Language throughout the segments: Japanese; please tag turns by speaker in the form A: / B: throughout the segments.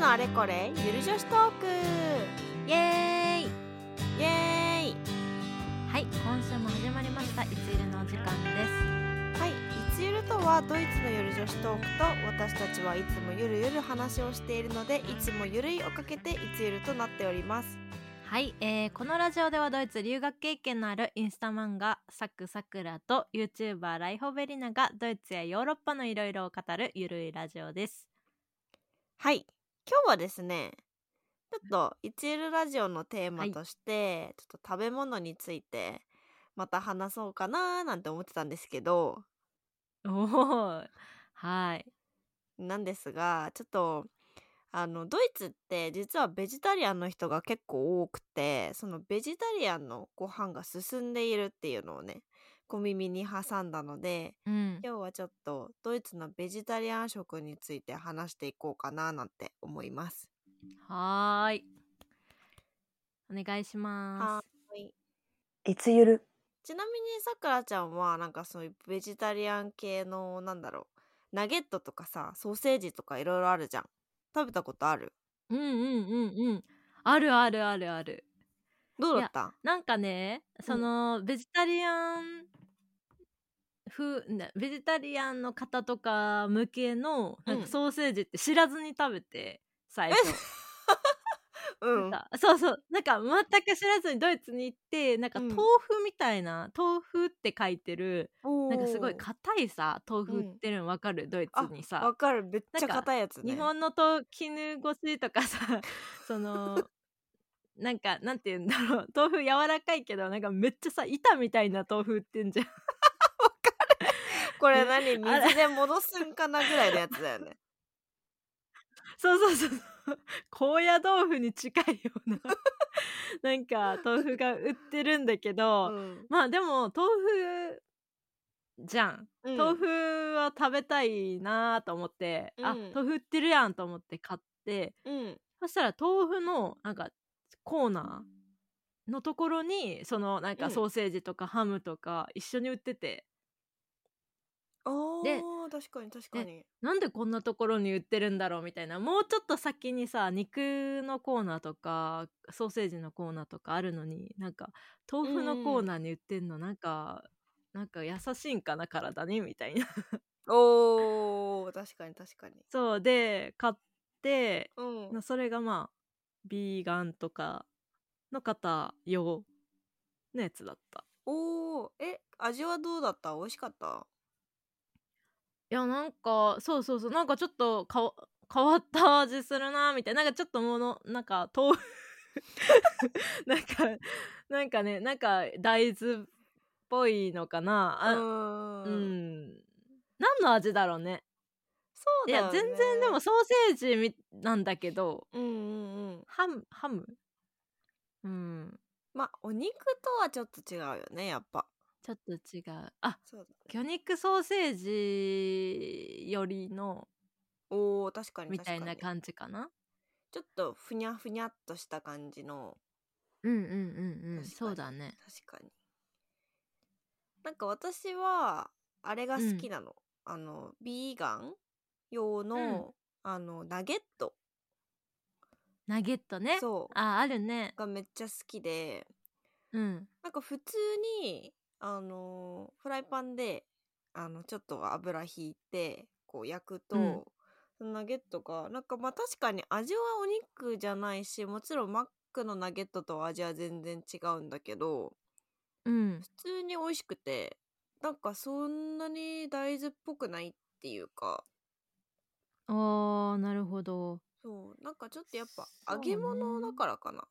A: のあれこれゆる女子トークイエーイイエーイ
B: はい、今週も始まりました。いついるのお時間です。
A: はい、いつゆるとはドイツのゆる女子トークと私たちはいつもゆるゆる話をしているのでいつもゆるいをかけていつゆるとなっております
B: はい、えーこのラジオではドイツ留学経験のあるインスタ漫画サクサクラと YouTuber ライホベリナがドイツやヨーロッパのいろいろを語るゆるいラジオです。
A: はい、今日はですねちょっといつゆるラジオのテーマとして、ちょっと食べ物についてまた話そうかなーなんて思ってたんですけど
B: おお、はい。
A: なんですがちょっとあのドイツって実はベジタリアンの人が結構多くてそのベジタリアンのご飯が進んでいるっていうのをね小耳に挟んだので
B: うん。
A: 今日はちょっとドイツのベジタリアン食について話していこうかななんて思います。
B: はーい。お願いしま
A: は
B: す。
A: い
C: いつゆる
A: ちなみにさくらちゃんはなんかそういうベジタリアン系のなんだろうナゲットとかさソーセージとかいろいろあるじゃん食べたことある
B: うんうんうんうん。あるあるあるある。
A: どうだった
B: なんかねその、ベジタリアン風なベジタリアンの方とか向けのなん
A: うん
B: かソーセージって知らずに食べて、最初、
A: うん
B: なんかそうそうなんか全く知らずにドイツに行ってなんか
A: うん
B: 豆腐みたいな、豆腐って書いてるなんかすごい
A: おー
B: 硬いさ豆腐売ってるの分かる、ドイツにさ
A: わかるめっちゃ
B: なんか
A: 硬いやつね
B: 日本のと絹ごしとかさ そのなんかなんて言うんだろう豆腐柔らかいけどなんかめっちゃさ板みたいな豆腐売ってん じゃん
A: これ何
B: あれ
A: 水で戻すんかなぐらいのやつだよ ね
B: そうそうそうそう 高野豆腐に近いような なんか豆腐が売ってるんだけ
A: う
B: ど、
A: ん
B: まあでも豆腐じゃん
A: うん
B: 豆腐は食べたいなと思って、
A: う
B: あ
A: ん
B: 豆腐売ってるやんと思って買って
A: うん
B: そしたら豆腐のなんかコーナーのところにそのなん
A: う
B: か
A: ん
B: ソーセージとかハムとか一緒に売ってて、
A: あ
B: で
A: ー確かに確かに
B: なんでこんなところに売ってるんだろうみたいなもうちょっと先にさ肉のコーナーとかソーセージのコーナーとかあるのになんか豆腐のコーナーに売ってんの、なんかなんか優しいんかな体にみたいな
A: おー確かに確かに
B: そうで買って
A: うん
B: まあそれがまあビーガンとかの方用のやつだった。
A: おーえ味はどうだった美味しかった
B: いやなんかそうそうそうなんかちょっとかわ 変わった味するなみたいななんかちょっとものなんか豆腐 なんかなんかねなんか大豆っぽいのかな
A: うーん
B: あうん、何の味だろうね
A: そう
B: い
A: だよ
B: や
A: ね
B: 全然でもソーセージみなんだけど
A: うんうんうん
B: ハムハムうん
A: まあお肉とはちょっと違うよねやっぱ
B: ちょっと違うあ
A: そうだね
B: 魚肉ソーセージよりの
A: おー確かに
B: み
A: 確か
B: た
A: に
B: いな感じかな
A: ちょっとふにゃふにゃっとした感じの
B: うんうんうん
A: 確
B: うん
A: かに
B: そうだね
A: 確かになんか私はあれが好きなの、あのビーガン用の、
B: うん
A: あのナゲット
B: ナゲットね
A: そう
B: ああるね
A: がめっちゃ好きで
B: うん
A: なんか普通にあのフライパンであのちょっと油引いてこう焼くと、
B: うん
A: そのナゲットがなんかまあ確かに味はお肉じゃないしもちろんマックのナゲットとは味は全然違うんだけど
B: うん
A: 普通に美味しくてなんかそんなに大豆っぽくないっていうか
B: あーなるほど
A: そうなんかちょっとやっぱ
B: そう
A: 揚げ物だからかな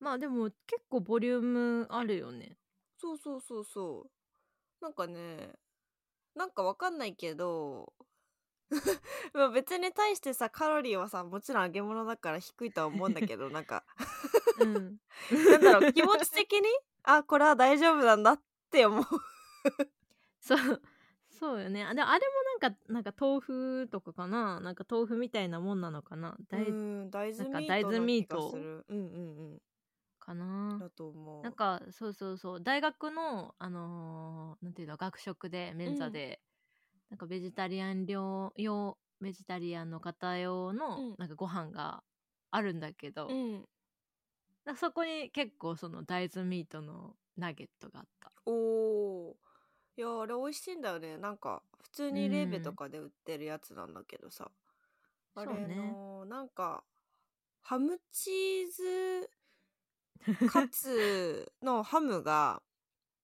B: まあでも結構ボリュームあるよね
A: そう,、そうそうそうなんかねなんかわかんないけど まあ別に対してさカロリーはさもちろん揚げ物だから低いとは思うんだ けどなんか
B: うん
A: なんだろう気持ち的にあこれは大丈夫なんだって思う
B: そうそうよねあでもあれもなんかなんか豆腐とかかななんか豆腐みたいなもんなのかな大
A: う
B: 豆
A: ん大豆
B: なん
A: ミ
B: か
A: ート
B: 大豆ミー
A: な気
B: ト
A: がするうんうん
B: か
A: う
B: なん
A: だと思う
B: なんかそうそうそう大学のあのーなんていうの学食でメンザで、なんかベジタリアン料用ベジタリアンの方用の
A: うん
B: なんかご飯があるんだけど、
A: うん。
B: なんかそこに結構その大豆ミートのナゲットがあった
A: おー。いやあれ美味しいんだよねなんか普通にレーベとかで売ってるやつなんだけどさ、あ
B: そう
A: れ
B: ね
A: の、なんかハムチー ズカツのハムが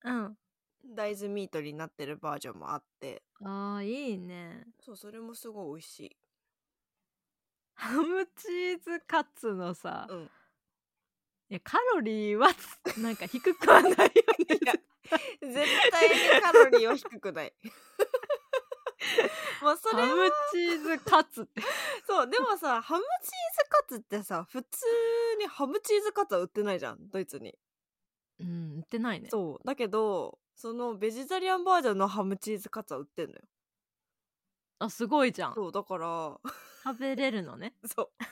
B: うん
A: 大豆ミートになってるバージョンもあって
B: あーいいね
A: そうそれもすごい美味しい
B: ハムチーズカツのさ、
A: うん
B: いやカロリーはつなんか低くはないよね
A: いや絶対にカロリーは低くない まあそれは
B: ハムチーズカツって
A: そうでもさハムチーズカツってさ普通にハムチーズカツは売ってないじゃんドイツに
B: うん売ってないね
A: そうだけどそのベジタリアンバージョンのハムチーズカツは売ってんのよ
B: あすごいじゃん
A: そうだから
B: 食べれるのね
A: そう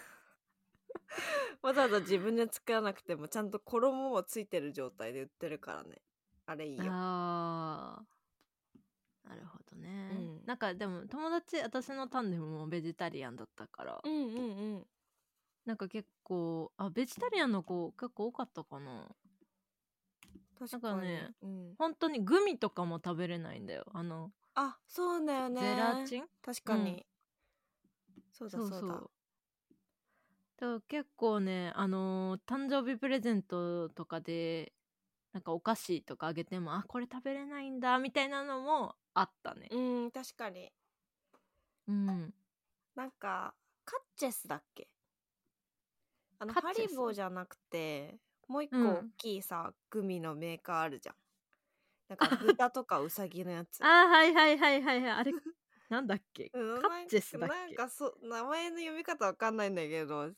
A: わざわざ自分で作らなくてもちゃんと衣もついてる状態で売ってるからねあれいいよ
B: あーなるほどね、
A: うん
B: なんかでも友達私のタンデムもベジタリアンだったから、
A: うんうんうん
B: なんか結構あベジタリアンの子結構多かったかな
A: 確
B: なんかね
A: うん、
B: 本当にグミとかも食べれないんだよあの、
A: あそうだよね
B: ゼラチン
A: 確かに、
B: う
A: そうだ
B: そ
A: そううだ
B: そうだから結構ねあのー誕生日プレゼントとかでなんかお菓子とかあげてもあこれ食べれないんだみたいなのもあったね
A: うん確かに
B: うん
A: なんかカッチェスだっけあの
B: カ
A: ハ
B: ッチェス
A: リボーじゃなくてもう一個
B: うん
A: 大きいさ、グミのメーカーあるじゃんなんか豚とかウサギのやつ
B: あーはいはいはいはいはいあれなんだっけ
A: うんなん
B: カ
A: か
B: ッチェスだっ
A: なん
B: け
A: かそ名前の読み方わかんないんだけど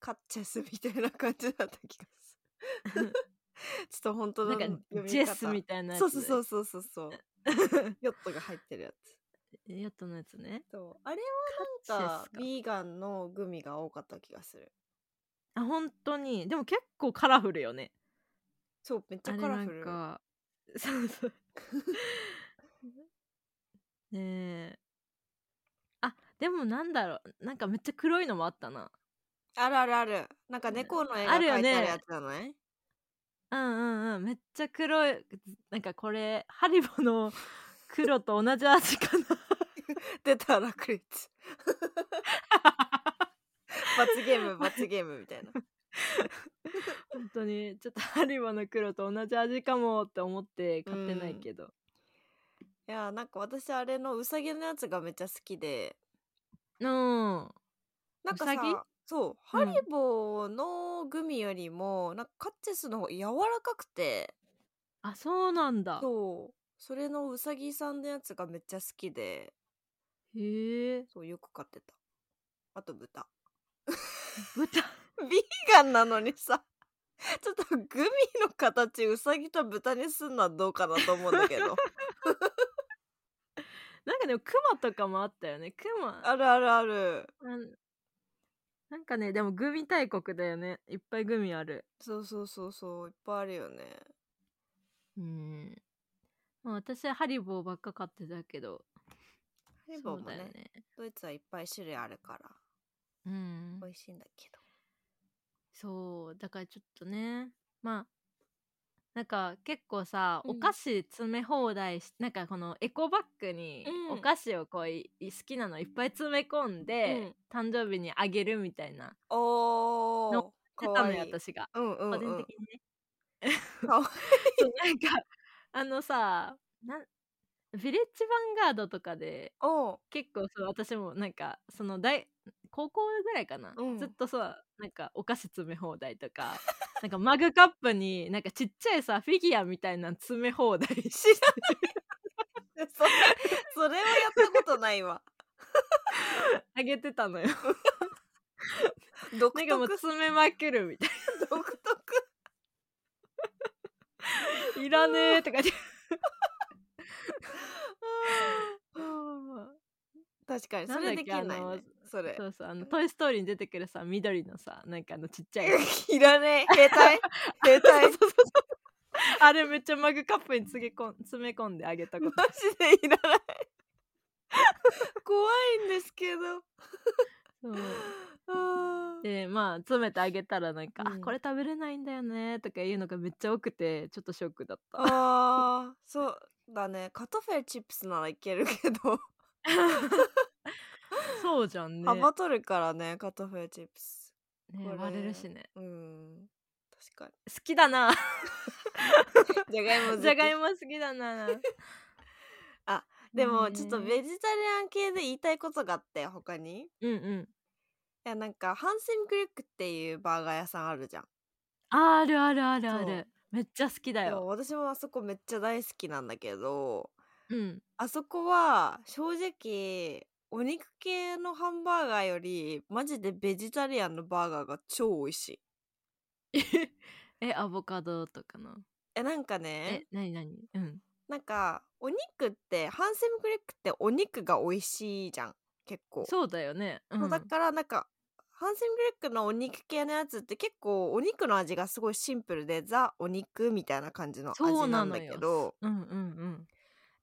A: カッチェスみたいな感じだった気がするちょっと本当
B: な
A: の
B: んか
A: 読み方
B: ジェスみたいなやつ
A: そうそうそううそうそうそうヨットが入ってるやつ
B: やっとのやつね
A: そうあれ
B: カッチェ
A: は
B: スか
A: ビーガンのグミが多かった気がする
B: あ本当にでも結構カラフルよね
A: そうめっち
B: あ
A: ゃ
B: れ
A: カラフル
B: なんか そうそう ねえあでもなんだろうなんかめっちゃ黒いのもあったな
A: あるあるあるなんか猫の絵が
B: あ
A: 描い
B: る
A: て
B: よ
A: ある
B: ね
A: やつじゃない、
B: うんうんうんめっちゃ黒いなんかこれハリボの黒と同じ味かな
A: 出たラクレッツ 罰ゲーム罰ゲームみたいな
B: 本当にちょっとハリボの黒と同じ味かもって思って買ってないけど、
A: いやーなんか私あれのウサギのやつがめっちゃ好きで
B: うん、
A: なんかさ
B: ウサギ
A: そう
B: う
A: ハ
B: ん
A: リボーのグミよりも、なんかカッチェスの方が柔らかくて
B: あそうなんだ
A: そうそれのウサギさんのやつがめっちゃ好きで
B: へえ
A: そうよく買ってたあと豚
B: 豚
A: ビーガンなのにさちょっとグミの形ウサギと豚にすんのはどうかなと思うんだけ ど
B: なんかでもクマとかもあったよねクマ
A: あるあるある
B: うんなんかねでもグミ大国だよねいっぱいグミある
A: そうそうそうそういっぱいあるよね
B: うんまあ私はハリボーばっか買ってたけど
A: ハリボーもね
B: そうだよね
A: ドイツはいっぱい種類あるから
B: うん
A: 美味しいんだけど
B: そうだからちょっとねまあなんか結構さ、
A: うん
B: お菓子詰め放題しなんかこのエコバッグに
A: うん
B: お菓子をこうい好きなのいっぱい詰め込んで、誕生日にあげるみたいな
A: お
B: 乗
A: ー
B: し
A: か
B: てた
A: わ
B: の
A: いい
B: よ私が
A: うんうん、う
B: 個
A: ん、
B: 人的にね、
A: かわいい
B: そうなんかあのさなんヴィレッジヴァンガードとかで
A: おう
B: 結構そう私もなんかその大高校ぐらいかな、
A: うん
B: ずっとさなんかお菓子詰め放題とか なんかマグカップになんかちっちゃいさフィギュアみたいなの詰め放題して
A: そそ れはやったことないわ
B: あげてたのよ
A: 独
B: な
A: 特
B: んかもう詰めまくるみたい
A: 独特
B: な「 いらねえ」とか言って
A: 確かにそ
B: なんだ
A: れ
B: っけ
A: できないね
B: あの
A: それ
B: そうそうあの「トイ・ストーリー」に出てくるさ緑のさなんかあのちっちゃい
A: いらねえ兵隊兵隊
B: あれめっちゃマグカップにつげこん詰め込んであげたこと
A: マジでいらない 怖いんですけど。
B: そう
A: あー
B: でまあ詰めてあげたらなんか、
A: う
B: あ
A: ん
B: これ食べれないんだよねとかいうのがめっちゃ多くてちょっとショックだった
A: あー、そうだね。カトフェチップスならいけるけど、
B: そうじゃんね
A: 幅取るからね、カトフェチップス。
B: ね
A: これ
B: 割れるしね
A: うん。確か
B: 好きだな
A: に。じゃがいも好き
B: じゃがいも好きだな
A: あでも
B: ね
A: ちょっとベジタリアン系で言いたいことがあって他にい
B: うんうん
A: やなんかハンセンクリュックっていうバーガー屋さんあるじゃん
B: あるあるあるあ
A: そ
B: る
A: う
B: めっちゃ好きだ
A: でも
B: よ
A: 私もあそこめっちゃ大好きなんだけど
B: うん
A: あそこは正直お肉系のハンバーガーよりマジでベジタリアンのバーガーが超美味しい
B: えアボカドとかの
A: えなんか
B: え
A: ね
B: なになにうん
A: なんかお肉ってハンセンクリュックってお肉が美味しいじゃん結構
B: そうだよねう
A: そうんだからなんかハンセングレックのお肉系のやつって結構お肉の味がすごいシンプルでザお肉みたいな感じの
B: そう
A: 味な
B: なんの
A: だ
B: よ
A: けど
B: うんうん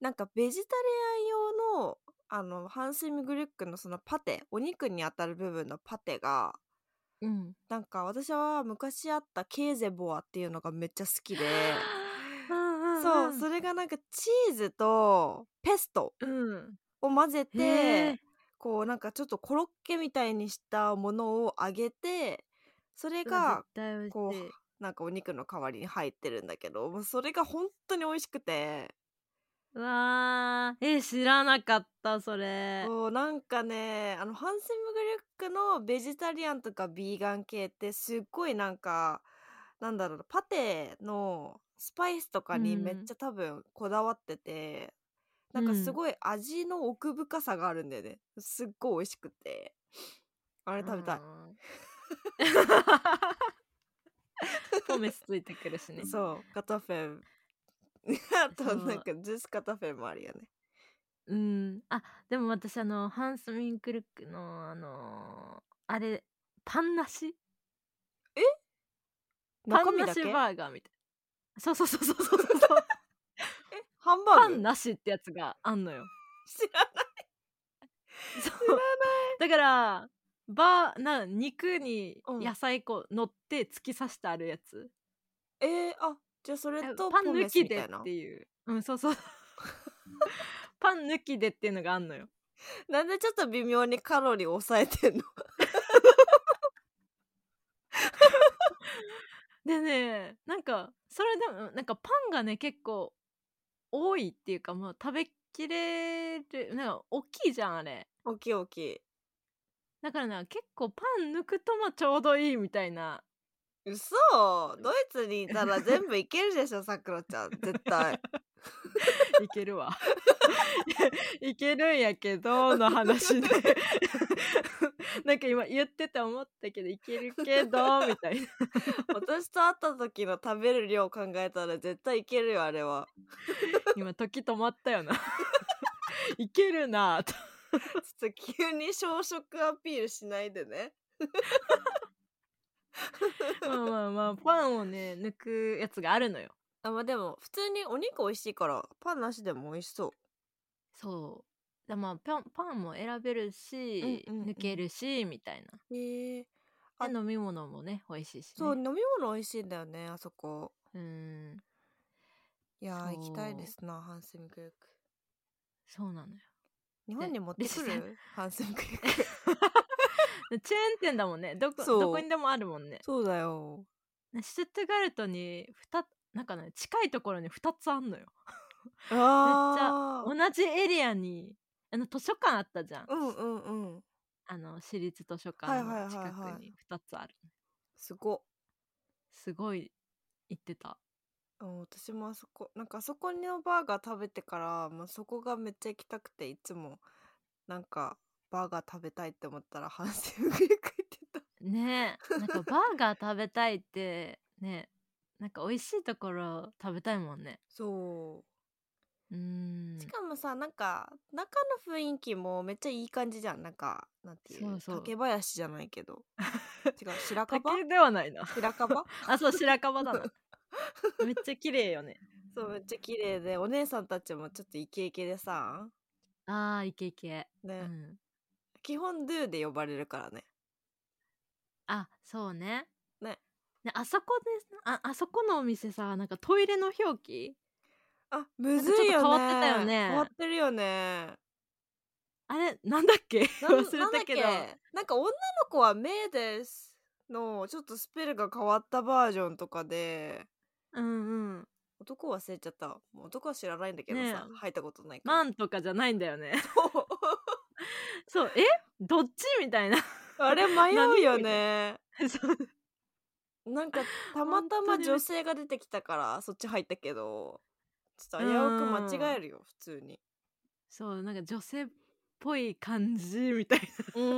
A: なんかベジタリアン用のあのハンセングレックのそのパテお肉にあたる部分のパテが
B: うんうん
A: なんか私は昔あったケーゼボアっていうのがめっちゃ好きで
B: うんうん
A: そう
B: うん
A: それがなんかチーズとペスト
B: うん
A: を混ぜて、
B: へー
A: こうなんかちょっとコロッケみたいにしたものを揚げてそれ
B: が
A: が
B: 絶対美
A: こ
B: 味しいう
A: なんかお肉の代わりに入ってるんだけどもうそれが本当に美味しくて
B: うわーえ知らなかったそれ
A: こうなんかねあのハンセムグリュックのベジタリアンとかビーガン系ってすっごいなんかなんだろうなパテのスパイスとかにめっちゃ多分こだわってて、なんかすごい味の奥深さがあるんだよねすっごい美味しくてあれ食べたい。
B: うんポメスついてくるしね
A: そう、カタフェン。 あと
B: そう
A: なんかジュースカタフェンもあるよね。
B: うんあでも私あのハンスミンクルックのあのーあれパンなしパ
A: 中
B: ン
A: 身
B: な
A: だ
B: し
A: け
B: バーガーみたいなそうそうそうそう そうそう
A: ハンバーグ
B: パンなしってやつがあんのよ
A: 知らない。
B: そうだからバーな肉に
A: うん
B: 野菜こう乗って突き刺してあるやつ、
A: えー、あじゃあそれと
B: パン
A: ポメ
B: 抜
A: ス
B: き
A: みた
B: で
A: いな
B: って。いううんそうそう パン抜きでっていうのがあんのよ
A: なんでちょっと微妙にカロリー抑えてんの
B: でねなんかそれでもなんかパンがね結構多いっていうかもう食べきれるなんか大きいじゃんあれ
A: 大きい大きい。
B: だからな結構パン抜くとまあちょうどいいみたいな
A: 嘘ドイツにいたら全部いけるでしょ、さくらちゃん。絶 対。
B: いけるわい けるんやけどの話 でなんか今言ってて思ったけどいけるけどみたいな
A: 私と会った時の食べる量考えたら絶対いけるよ、あれは。
B: 今時止まったよな いけるな と
A: ちょっと急に小食アピールしないでね。
B: まあまあまあパンをね抜くやつがあるのよ
A: あまあでも普通にお肉美味しいからパンなしでも美味しそう
B: そうだまあパンパンも選べるし、
A: うんうんうん
B: 抜けるしみたいな
A: へえあ
B: で飲み物もね美味しいし、ね、
A: そう、飲み物美味しいんだよねあそこ
B: うん
A: いやー
B: そう
A: 行きたいですなハンセンクルク
B: そうなのよ
A: 日本に持ってく
B: で
A: るハンセンクルク
B: チェーン店だもんねどこ
A: そう
B: どこにでもあるもんね
A: そうだ よ
B: シュツットガルトに2なんかね近いところに2つあんのよ
A: あ
B: 同じエリアにあの図書館あったじゃん
A: うんうんうん
B: あの私立図書
A: は
B: 館
A: いはい
B: の
A: はい
B: 近
A: はい
B: くに2つある
A: すごっ
B: すごい行ってた
A: うん私もあそこなんかあそこのバーガー食べてからもうそこがめっちゃ行きたくていつもなんかバーガー食べたいって思ったらハンセンクルク行ってた
B: ねえなんかバーガー食べたいってねなんか美味しいところ食べたいもんね
A: そう
B: うーん
A: しかもさなんか中の雰囲気もめっちゃいい感じじゃんなんかなんていう
B: そうそう
A: 竹林じゃないけ ど違う白樺
B: 竹ではないな
A: 白樺
B: あそう白樺 だなめっちゃ綺麗よね
A: そうめっちゃ綺麗でお姉さんたちもちょっとイケイケでさ
B: あーいけいけ、う
A: ね、
B: ん、
A: 基本 do で呼ばれるからね
B: あそうね
A: ね
B: ねあそこですああそこのお店さなんかトイレの表記
A: あむずいよね
B: なんかちょっと変わってたよね
A: 変わってるよね
B: あれなんだっけ
A: な
B: 忘れたけど
A: なんだっなんか女の子は「目です」のちょっとスペルが変わったバージョンとかで
B: うんうん
A: 男忘れちゃったもう男は知らないんだけど
B: ねえ
A: さ、入ったことないから、
B: マンとかじゃないんだよね
A: そう
B: そうえどっちみたいな
A: あれ迷うよね
B: そう
A: なんかたまた
B: 本当
A: ま
B: に
A: 女性が出てきたからそっち入ったけどちょっと危
B: うん
A: うく間違えるよ普通に
B: そうなんか女性っぽい感じみたい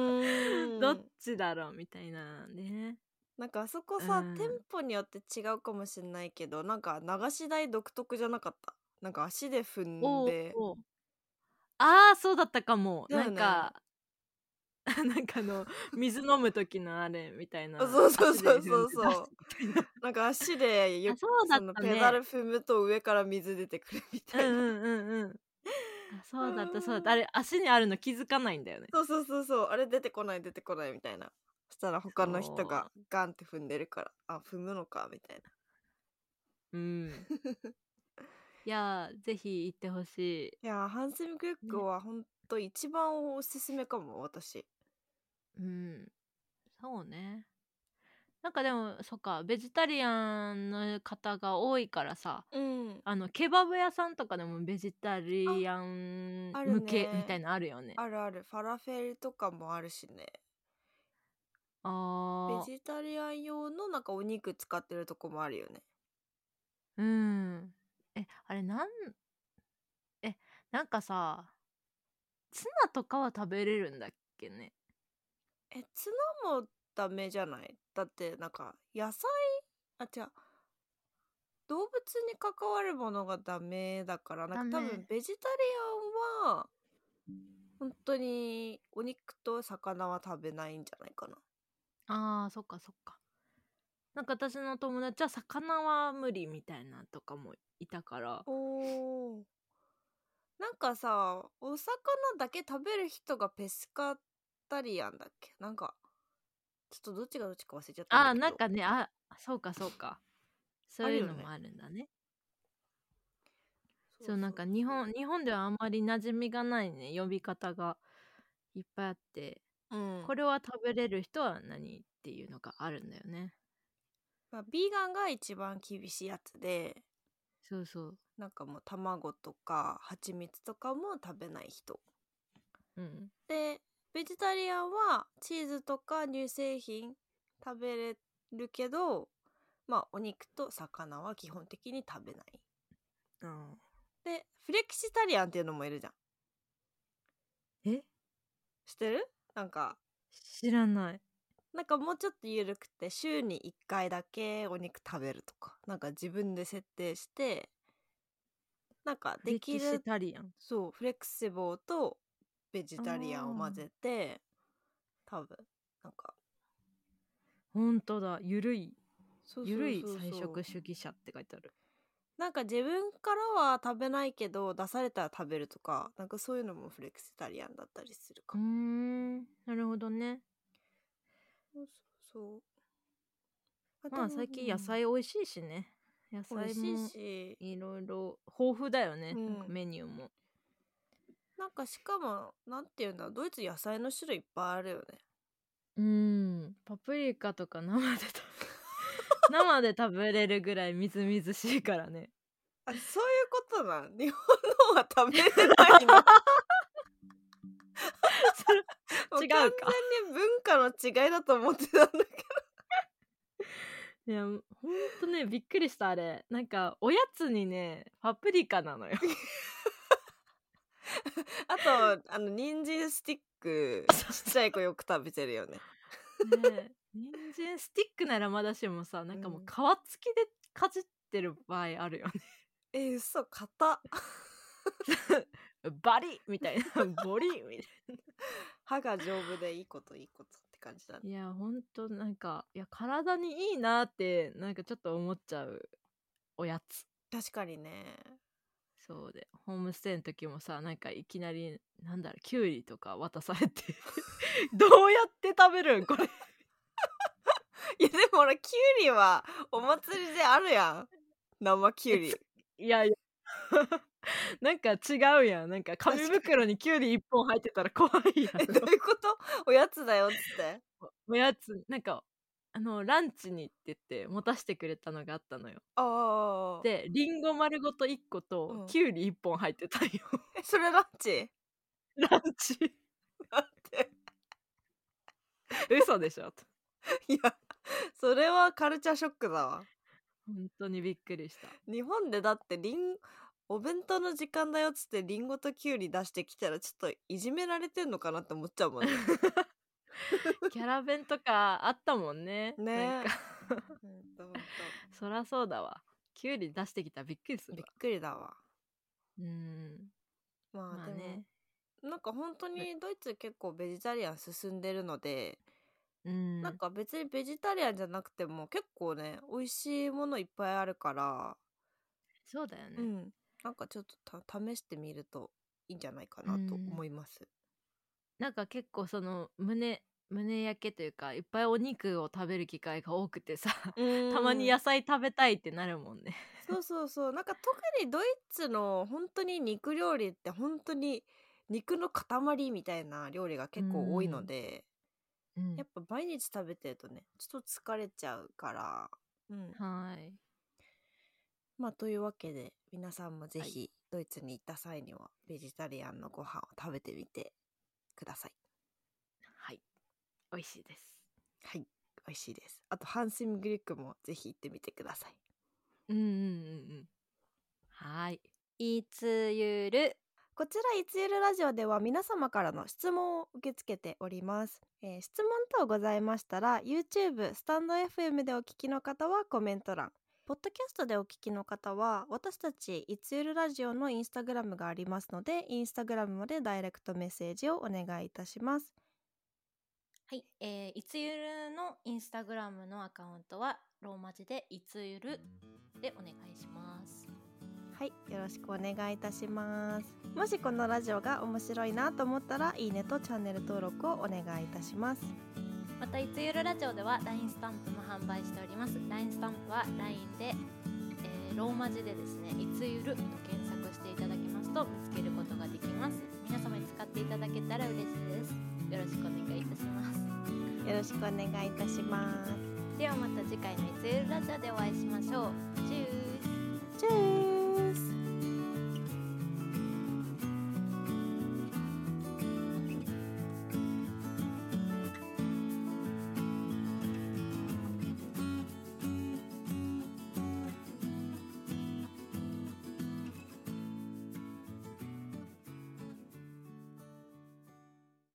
B: など
A: ど
B: っちだろうみたいなね
A: なんかあそこさ、
B: うん
A: 店舗によって違うかもしれないけどなんか流し台独特じゃなかったなんか足で踏ん
B: お
A: で
B: うおうああそうだったかも、
A: だよ
B: な
A: ね
B: んか なんかあの水飲む時のあれみたいな
A: そうそうそうそうそう
B: 足で踏んで出すみたいな
A: なんか足でよ
B: あそうだったね
A: のペダル踏むと上から水出てくるみたいな、
B: うんうんうんうんあそうだったそうだったあれ足にあるの気づかないんだよね
A: そうそうそうそうあれ出てこない出てこないみたいなそしたら他の人がガンって踏んでるからあ踏むのかみたいな
B: うん いやーぜひ行ってほし
A: い
B: い
A: やーハンセムクックはほんと一番おすすめかも私
B: うんそうねなんかでもそっかベジタリアンの方が多いからさ
A: うん
B: あのケバブ屋さんとかでもベジタリアン
A: ああるね
B: 向けみたいなのあるよねあ
A: あるあるファラフェルとかもあるしね
B: あー
A: ベジタリアン用のなんかお肉使ってるとこもあるよね
B: うんえあれなんえなんかさツナとかは食べれるんだっけね
A: えツナもダメじゃないだってなんか野菜あ違う動物に関わるものがダメだからなんか
B: ダ
A: 多
B: メ
A: 分ベジタリアンは本当にお肉と魚は食べないんじゃないかな
B: あーそっかそっかなんか私の友達は魚は無理みたいなとかもいたから
A: おーなんかさお魚だけ食べる人がペスカタリアンだっけなんかちょっとどっちがどっちか忘れちゃっただ
B: あー
A: けど
B: なんかねあそうかそうかそういうのもあるんだねそうなんか日本日本ではあんまり馴染みがないね呼び方がいっぱいあって、
A: うん
B: これは食べれる人は何っていうのがあるんだよね
A: まあ、ビーガンが一番厳しいやつで
B: そうそう
A: なんかもう卵とか蜂蜜とかも食べない人
B: うん
A: でベジタリアンはチーズとか乳製品食べれるけどまあお肉と魚は基本的に食べないでフレキシタリアンっていうのもいるじゃん
B: え
A: 知ってるなんか
B: 知らない
A: なんかもうちょっと緩くて週に1回だけお肉食べるとかなんか自分で設定してなんかでき
B: フレキ
A: る
B: シタリアン
A: そうフレクシボーとベジタリアンを混ぜて多分なんか
B: ほんとだゆるい
A: そうそう
B: ゆるい
A: そうそう
B: 菜食主義者って書いてある
A: なんか自分からは食べないけど出されたら食べるとかなんかそういうのもフレクシタリアンだったりするか
B: うー
A: も、
B: んなるほどね
A: そうそうそう
B: まあ
A: でも
B: 最近野菜美味しいしね野
A: 美
B: 菜
A: 味し
B: も
A: いし
B: いろいろ豊富だよね、
A: うん
B: なんかメニューも
A: なんかしかもなんていうんだドイツ野菜の種類いっぱいあるよね
B: うんパプリカとか生で食 べ生で食べれるぐらいみずみずしいからね
A: あそういうことなん日本の は食べれない の
B: それ
A: もう
B: 違うか
A: 完全に文化の違いだと思ってたんだけど
B: いやほんとねびっくりしたあれなんかおやつにねパプリカなのよ
A: あとあの人参スティックちっちゃい子よく食べてるよね
B: ね人参スティックならまだしもさなんかもう
A: うん
B: 皮付きでかじってる場合あるよね
A: え嘘硬
B: バリッみたいな ボリッみたいな
A: 歯が丈夫でいいこといいことって感じだね
B: いやほんとなんかいや体にいいなってなんかちょっと思っちゃうおやつ
A: 確かにね
B: そうでホームステイの時もさなんかいきなりなんだろうキュウリとか渡されて どうやって食べるんこれ
A: いやでもほらキュウリはお祭りであるやん生キュウリ
B: いやいやなんか違うやんなんか紙袋にキュウリ1本入ってたら怖いや
A: え ど
B: ん
A: ういうことおやつだよっつって
B: おやつなんかあのランチにって言って持たせてくれたのがあったのよ
A: ああ
B: でリンゴ丸ごと1個
A: うん
B: とキュウリ1本入ってた よ
A: えそれランチ
B: ランチ
A: なんて
B: 嘘でしょ と
A: いやそれはカルチャーショックだわ
B: 本当にびっくりした
A: 日本でだってリンお弁当の時間だよっつってリンゴとキュウリ出してきたらちょっといじめられてんの かなって思っちゃうもんね
B: キャラ弁とかあったもんね
A: ね
B: なんか
A: ほんとほんと
B: そらそうだわキュウリ出してきたらびっくりす
A: びっ
B: る
A: くりだわ
B: わうん
A: まあ、
B: まあ
A: でも
B: ね
A: なんか本当にドイツ結構ベジタリアン進んでるので、
B: うん
A: なんか別にベジタリアンじゃなくても結構ね美味しいものいっぱいあるから、
B: そうだよね、
A: うんなんかちょっとた試してみるといいんじゃないかなと
B: うん
A: 思います、
B: なんか結構その胸胸焼けというかいっぱいお肉を食べる機会が多くてさ たまに野菜食べたいってなるもんね
A: そうそうそうなんか特にドイツの本当に肉料理って本当に肉の塊みたいな料理が結構多いので、やっぱ毎日食べてるとねちょっと疲れちゃうから、うん、
B: はい
A: まあというわけで皆さんもぜ
B: はい
A: ひドイツに行った際にはベジタリアンのご飯を食べてみてください。
B: はい美味しいです
A: はい、美味しいです。あとハンスムグリックもぜひ行ってみてください。
B: うんうんうんうんはいいつゆる
A: こちらいつゆるラジオでは皆様からの質問を受け付けております、えー質問等ございましたら YouTube スタンド FM でお聞きの方はコメント欄ポッドキャストでお聞きの方は私たちいつゆるラジオのインスタグラムがありますのでインスタグラムまでダイレクトメッセージをお願いいたします
C: はい、えーいつゆるのインスタグラムのアカウントはローマ字でいつゆるでお願いします。
A: はいよろしくお願いいたしますもしこのラジオが面白いなと思ったらいいねとチャンネル登録をお願いいたします
C: またいつゆるラジオでは LINE スタンプも販売しております LINE スタンプは LINE で、えーローマ字でですねいつゆると検索していただきますと見つけることができます皆様に使っていただけたら嬉しいですよろしくお願いいたします
A: よろしくお願いいたします
C: ではまた次回のいつゆるラジオでお会いしましょうチュー